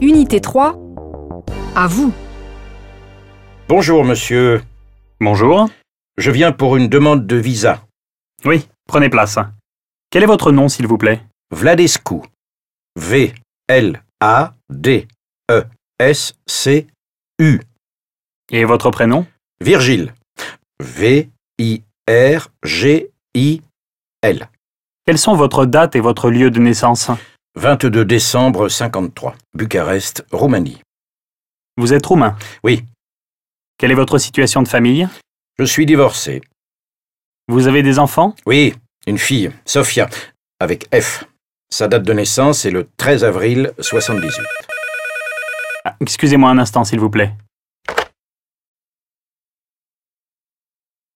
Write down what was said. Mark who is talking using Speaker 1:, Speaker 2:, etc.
Speaker 1: Unité 3, à vous.
Speaker 2: Bonjour, monsieur.
Speaker 3: Bonjour.
Speaker 2: Je viens pour une demande de visa.
Speaker 3: Oui, prenez place. Quel est votre nom, s'il vous plaît
Speaker 2: Vladescu. V L A D E S C U.
Speaker 3: Et votre prénom
Speaker 2: Virgile. V I R G I L.
Speaker 3: Quelles sont votre date et votre lieu de naissance
Speaker 2: 22 décembre 53. Bucarest, Roumanie.
Speaker 3: Vous êtes roumain
Speaker 2: Oui.
Speaker 3: Quelle est votre situation de famille
Speaker 2: Je suis divorcé.
Speaker 3: Vous avez des enfants
Speaker 2: Oui, une fille, Sofia, avec F. Sa date de naissance est le 13 avril 78.
Speaker 3: Ah, Excusez-moi un instant, s'il vous plaît.